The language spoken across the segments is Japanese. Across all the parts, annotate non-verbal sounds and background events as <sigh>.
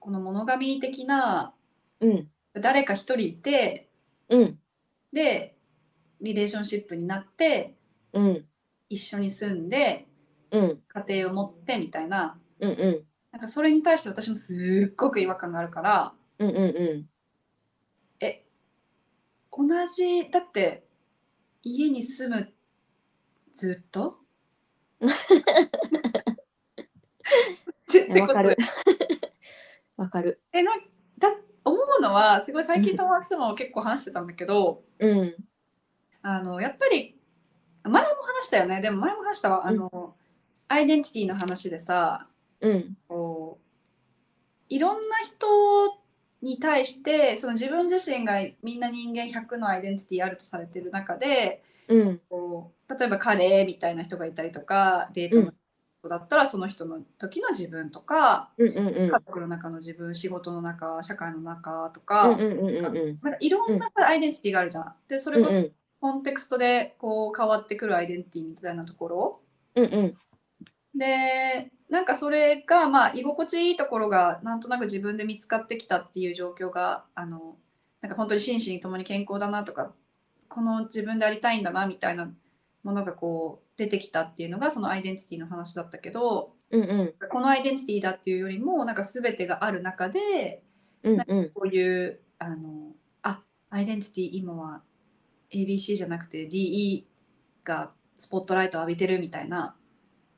神的なうん誰か一人いてうんでリレーションシップになってうん一緒に住んでうん家庭を持ってみたいなうんうんなんかそれに対して私もすっごく違和感があるからうんうんえ同じだって家に住むずっとってっうんてわことかるわかるえなんだ思うのはすごい最近友達とも結構話してたんだけどうんあのやっぱり前も話したよねでも前も話したわあの、アイデンティティの話でさうんこういろんな人に対してその自分自身がみんな人間100のアイデンティティあるとされてる中でうんこう例えばカレーみたいな人がいたりとかデートの人だったらその人の時の自分とか、うんうんう家ん族の中の自分仕事の中社会の中とか,、うんうんうんうんうんなんかいろんなさアイデンティティがあるじゃん。でそれこそコンテクストでこう変わってくるアイデンティティみたいなところうんうんでなんかそれがまあ居心地いいところがなんとなく自分で見つかってきたっていう状況があのなんか本当に心身ともに健康だなとかこの自分でありたいんだなみたいなものがこう出てきたっていうのがそのアイデンティティの話だったけどうんうんこのアイデンティティだっていうよりもなんか全てがある中でうんうんこういうあのあアイデンティティ今は ABC じゃなくて DE がスポットライトを浴びてるみたいな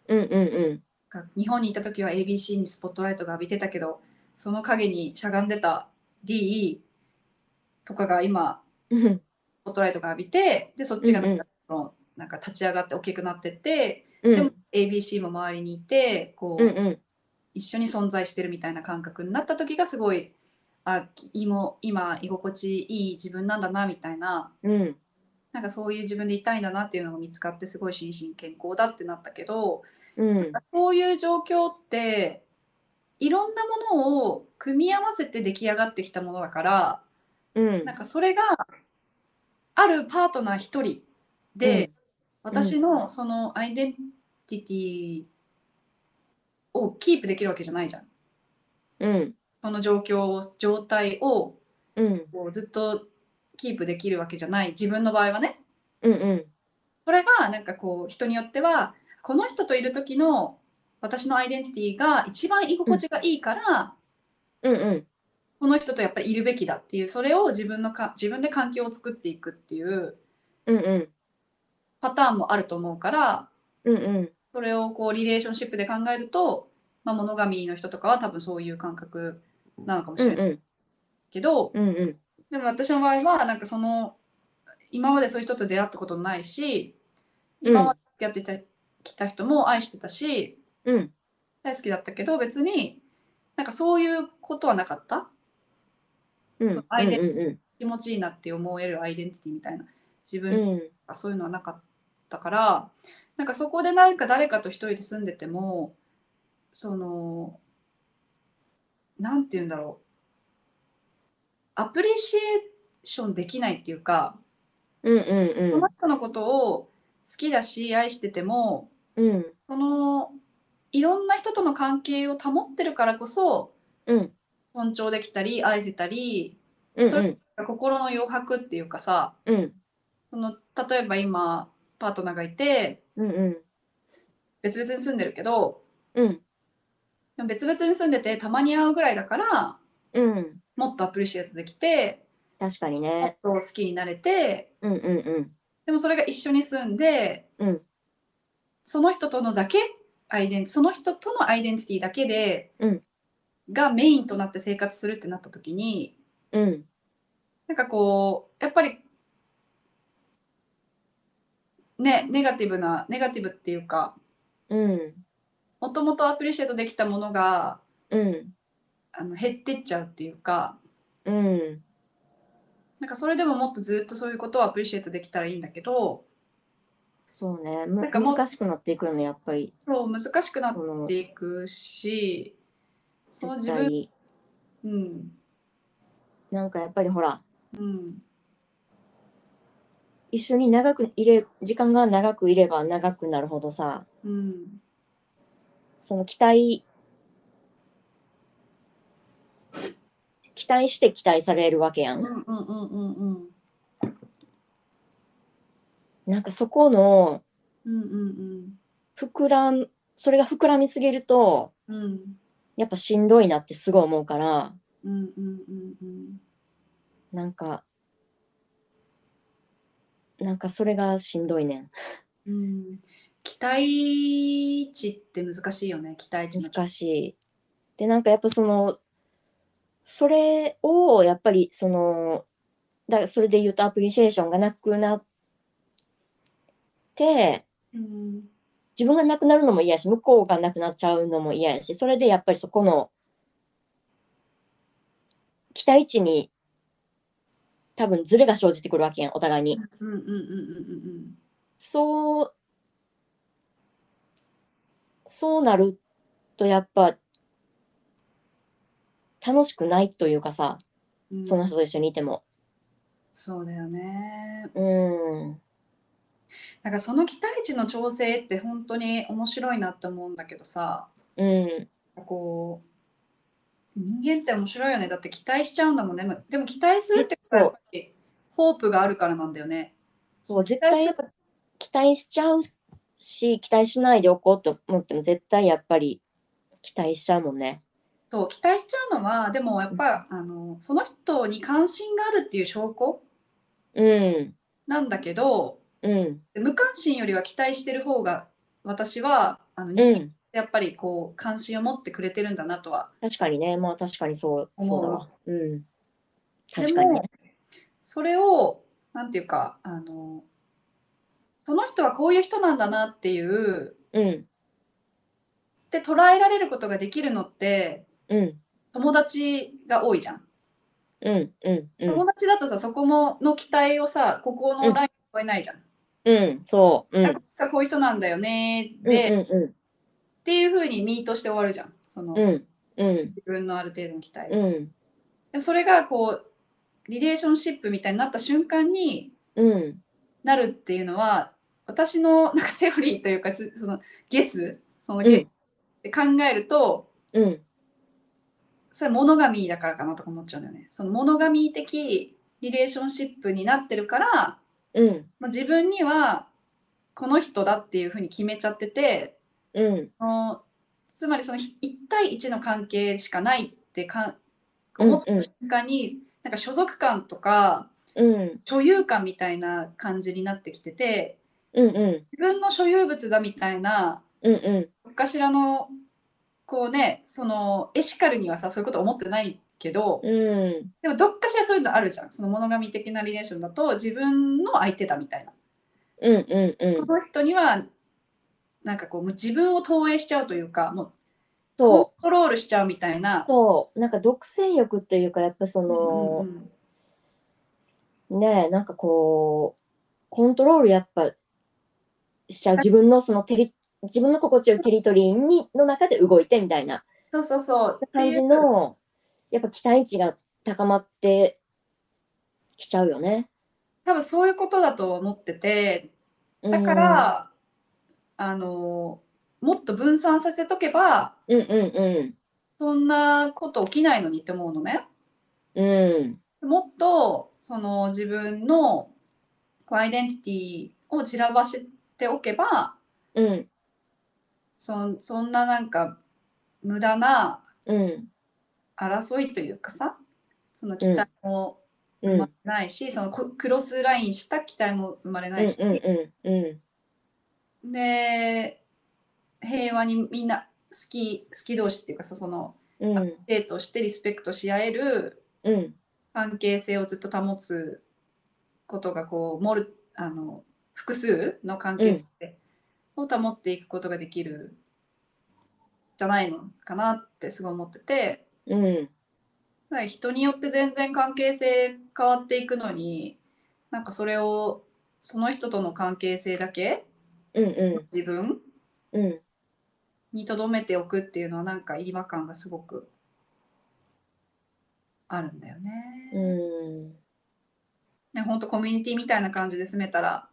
うんうんが日本にいた時は ABC にスポットライトが浴びてたけどその影にしゃがんでた DE とかが今うんスポットライトが浴びてでそっちがうんなうんんかなんか立ち上がって大きくなってって、うでもん ABC も周りにいてこう、うんうん一緒に存在してるみたいな感覚になった時がすごいあ今今居心地いい自分なんだなみたいなうんなんかそういう自分でいたいんだなっていうのが見つかってすごい心身健康だってなったけど、うんそういう状況っていろんなものを組み合わせて出来上がってきたものだからうんなんかそれがあるパートナー一人で、私のそのアイデンティティをキープできるわけじゃないじゃん。うんその状況を状態をうんこうずっとキープできるわけじゃない自分の場合はね。うんうんそれがなんかこう人によってはこの人といる時の私のアイデンティティが一番居心地がいいから、うんうんこの人とやっぱりいるべきだっていうそれを自分のか自分で環境を作っていくっていううんうんパターンもあると思うからうんうんそれをこうリレーションシップで考えると、まあ、物神の人とかは多分そういう感覚なのかもしうれんないうんけど、うんうんでも私の場合はなんかその今までそういう人と出会ったことないしうん今まで付き合ってきた,、きた人も愛してたしうん大好きだったけど別になんかそういうことはなかったうんそうアイデンうん気持ちいいなって思えるアイデンティティみたいな自う分とんかそういうのはなかったから、なんかそこで何か誰かと一人で住んでてもそのなんて言うんだろうアプリシエーションできないっていうか、うんうんこの人のことを好きだし愛しててもうんうんそのいろんな人との関係を保ってるからこそうん尊重できたり愛せたりうんそれ心の余白っていうかさうんその例えば今パートナーがいてうんうん別々に住んでるけどうんでも別々に住んでてたまに会うぐらいだからうんもっとアプリシエートできて確かにもねっと好きになれてうんうんうんでもそれが一緒に住んでうんその人とのだけアイデンその人とのアイデンティティだけで、うんがメインとなって生活するってなった時にうんなんかこうやっぱりねネガティブなネガティブっていうかうんもともとアプリシエートできたものがうんあの減ってっちゃうっていうかうんなんかそれでももっとずっとそういうことをアプリシエートできたらいいんだけどそうねむなんかもう難しくなっていくよねやっぱりそう難しくなっこのていくしその絶自分対うんなんかやっぱりほらうん一緒に長くいれ時間が長くいれば長くなるほどさうんその期待期待して期待されるわけやん。うんうんうんうんうんなんかそこのうんうん膨らんそれが膨らみすぎるとうんうんやっぱしんどいなってすごい思うからうんうんうんうんなんかなんかそれがしんどいねんうん期待値って難しいよね期待値の難しい。でなんかやっぱそのそれをやっぱりそのだからそれで言うとアプリシエーションがなくなってうん自分がなくなるのも嫌やし向こうがなくなっちゃうのも嫌やしそれでやっぱりそこの期待値に多分ズレが生じてくるわけやんお互いに。うんうんうんうんそうそうなるとやっぱ楽しくないというかさうんうんその人と一緒にいても。そうだよねうんなんかその期待値の調整って本当に面白いなって思うんだけどさうんこう人間って面白いよねだって期待しちゃうんだもんねまでも期待するってことそうはやっぱりホープがあるからなんだよねそう絶対やっぱ期待しちゃうし期待しないでおこうと思っても絶対やっぱり期待しちゃうもんね。そう期待しちゃうのはでもやっぱ、あのその人に関心があるっていう証拠うんなんだけどうん無関心よりは期待してる方が私はあの人う間ってんやっぱりこう関心を持ってくれてるんだなとは確かにねまあ確かにそう思そううだわ。うんで確かにねも。それをなんていうかあのその人はこういう人なんだなっていううんで捉えられることができるのってうん友達が多いじゃん。うんうんうん友達だとさそこもの期待をさここのライン超えないじゃん。うんそう。うんだからこういう人なんだよねうんで、っうんていうふうにミートして終わるじゃん。そのうんうん自分のある程度の期待。うでんもそれがこうリレーションシップみたいになった瞬間にうんなるっていうのは私のなんかセオリーというかすそのゲスそのうゲんで考えると、うんそれ物神だからかなとか思っちゃうんだよね。その物神的リレーションシップになってるからうんもう自分にはこの人だっていうふうに決めちゃっててうんそのつまりその1対1の関係しかないってかうん思った瞬間に、なんか所属感とかうん所有感みたいな感じになってきててうんうん自分の所有物だみたいなうんうんどっかしらのこうねそのエシカルにはさそういうこと思ってないけどうんでもどっかしらそういうのあるじゃんその物神的なリレーションだと自分の相手だみたいなうんうんうんこの人にはなんかこうもう自分を投影しちゃうというかもうコそントロールしちゃうみたいなうそうなんか独占欲というかやっぱそうの、んねえなんかこうコントロールやっぱしちゃう自分のそのテリ自分の心地よいテリトリーにの中で動いてみたいなそうそうそう感じっていうのやっぱ期待値が高まってきちゃうよね。多分そういうことだと思っててうんだから、あのもっと分散させとけばうんうんうんそんなこと起きないのにって思うのね。うんもっとその自分のこうアイデンティティを散らばしておけばうんそんそんななんか無駄なうん争いというかさその期待もう生んまれないし、そのこクロスラインした期待も生まれないし、うんうんうんで平和にみんな好き好き同士っていうかさそのうんうんデートしてリスペクトし合えるうん関係性をずっと保つことがこうモルあの複数の関係性を保っていくことができるじゃないのかなってすごい思っててうんだから人によって全然関係性変わっていくのになんかそれをその人との関係性だけうんう自分んうんにとどめておくっていうのはなんか違和感がすごくあるんだよね。うんねほんとコミュニティみたいな感じで住めたら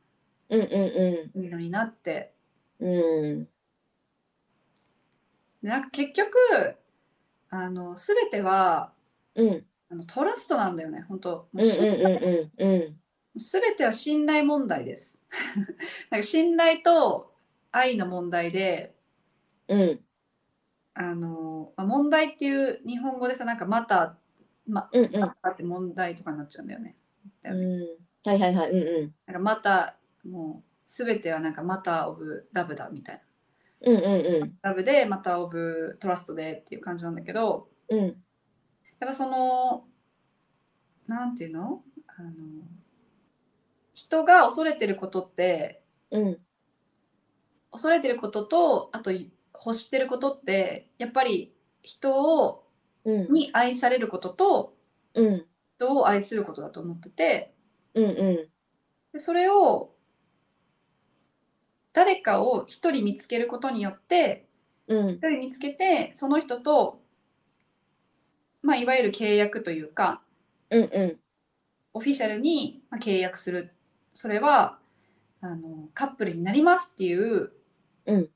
うんういいのになってんうんでなんか結局あの全てはうんああのトラストなんだよね本当うんうんうんうん全ては信頼問題です <laughs> なんか信頼と愛の問題でうんうんあの、まあ、問題っていう日本語でさなんかまたまうんまたって問題とかになっちゃうんだよねうんうんはいはいはいうんうんなんかまたもう全てはなんかまたオブラブだみたいうんうんなラブでまたオブトラストでっていう感じなんだけど、うんうんやっぱそのなんていうのあの人が恐れてることってうん恐れてることとあと欲してることってやっぱり人をうんに愛されることとうん人を愛することだと思っててうんうんでそれを誰かを一人見つけることによってうん一人見つけてその人と、まあ、いわゆる契約というかうんうんオフィシャルにまあ契約するそれはあのカップルになりますっていう、うん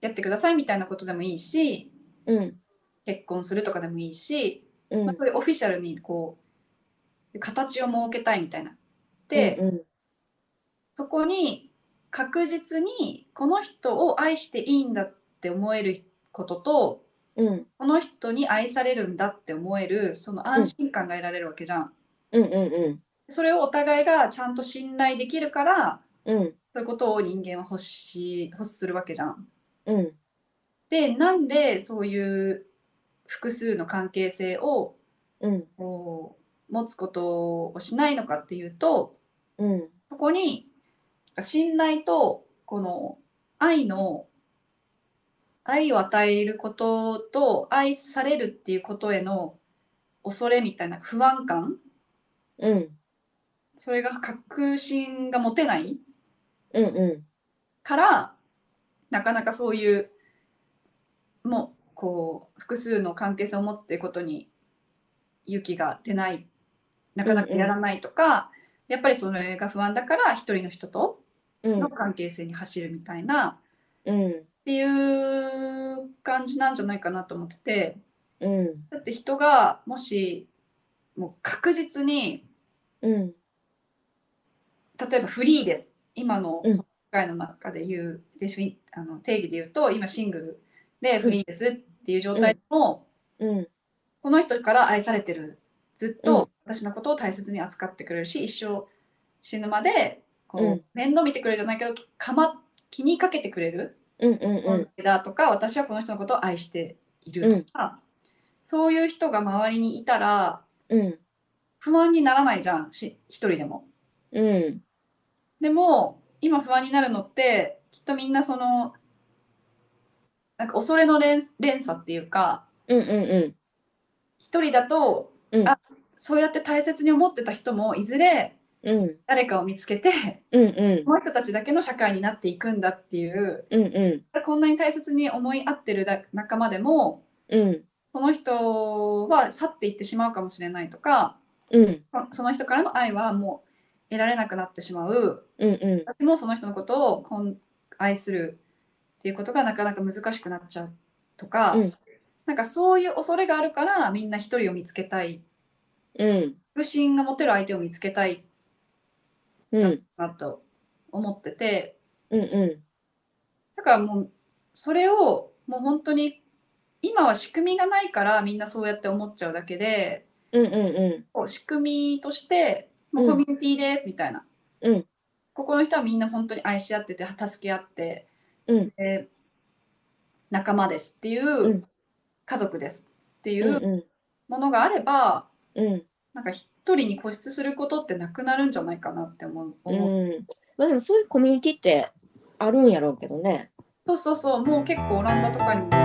やってくださいみたいなことでもいいしうん結婚するとかでもいいし、うんまあ、そういうオフィシャルにこう形を設けたいみたいな。で、うんうんそこに確実にこの人を愛していいんだって思えることとうんこの人に愛されるんだって思えるその安心感が得られるわけじゃん。うんうんそれをお互いがちゃんと信頼できるからうんそういうことを人間は欲し欲するわけじゃん。うんでなんでそういう複数の関係性をうんこう持つことをしないのかっていうとうんそこに信頼とこの愛の愛を与えることと愛されるっていうことへの恐れみたいな不安感うんそれが確信が持てないうんうんからなかなかそういうもうこう複数の関係性を持つっていうことに勇気が出ないなかなかやらないとか、やっぱりそれが不安だから一人の人とうんの関係性に走るみたいな、っうんていう感じなんじゃないかなと思っててうんだって人がもしもう確実にうん例えばフリーです今のうん世界の中で言う、デフィニあの定義で言うと今シングルでフリーですっていう状態でも、うんこの人から愛されてるずっうんと私のことを大切に扱ってくれるし一生死ぬまでこう、うん面倒見てくれるじゃないけどかま気にかけてくれるうんうんうん存在だとか、私はこの人のことを愛しているとか、そういう人が周りにいたらうん不安にならないじゃんし一人でも。うんでも今不安になるのってきっとみんなそのなんか恐れの連連鎖っていうかうんうん一人だと、うんあそうやって大切に思ってた人もいずれうん誰かを見つけてうんうんこの人たちだけの社会になっていくんだっていううんうんこんなに大切に思い合ってるだ仲間でもうんその人は去っていってしまうかもしれないとかうんそその人からの愛はもう得られなくなってしまううんうん私もその人のことをこん愛するっていうことがなかなか難しくなっちゃうとか、うんなんかそういう恐れがあるからみんな一人を見つけたいうん不信が持てる相手を見つけたいうんなと思っててうんうんだからもうそれをもう本当に今は仕組みがないからみんなそうやって思っちゃうだけでうんうんこう仕組みとしてもうコミュニティですみたいな、うんここの人はみんな本当に愛し合ってて助け合ってうんで仲間ですっていう、うん家族ですっていうんうものがあれば、うんなんか一人に固執することってなくなるんじゃないかなって思う。思ううんまあでもそういうコミュニティってあるんやろうけどねそうそうそうもう結構オランダとかにも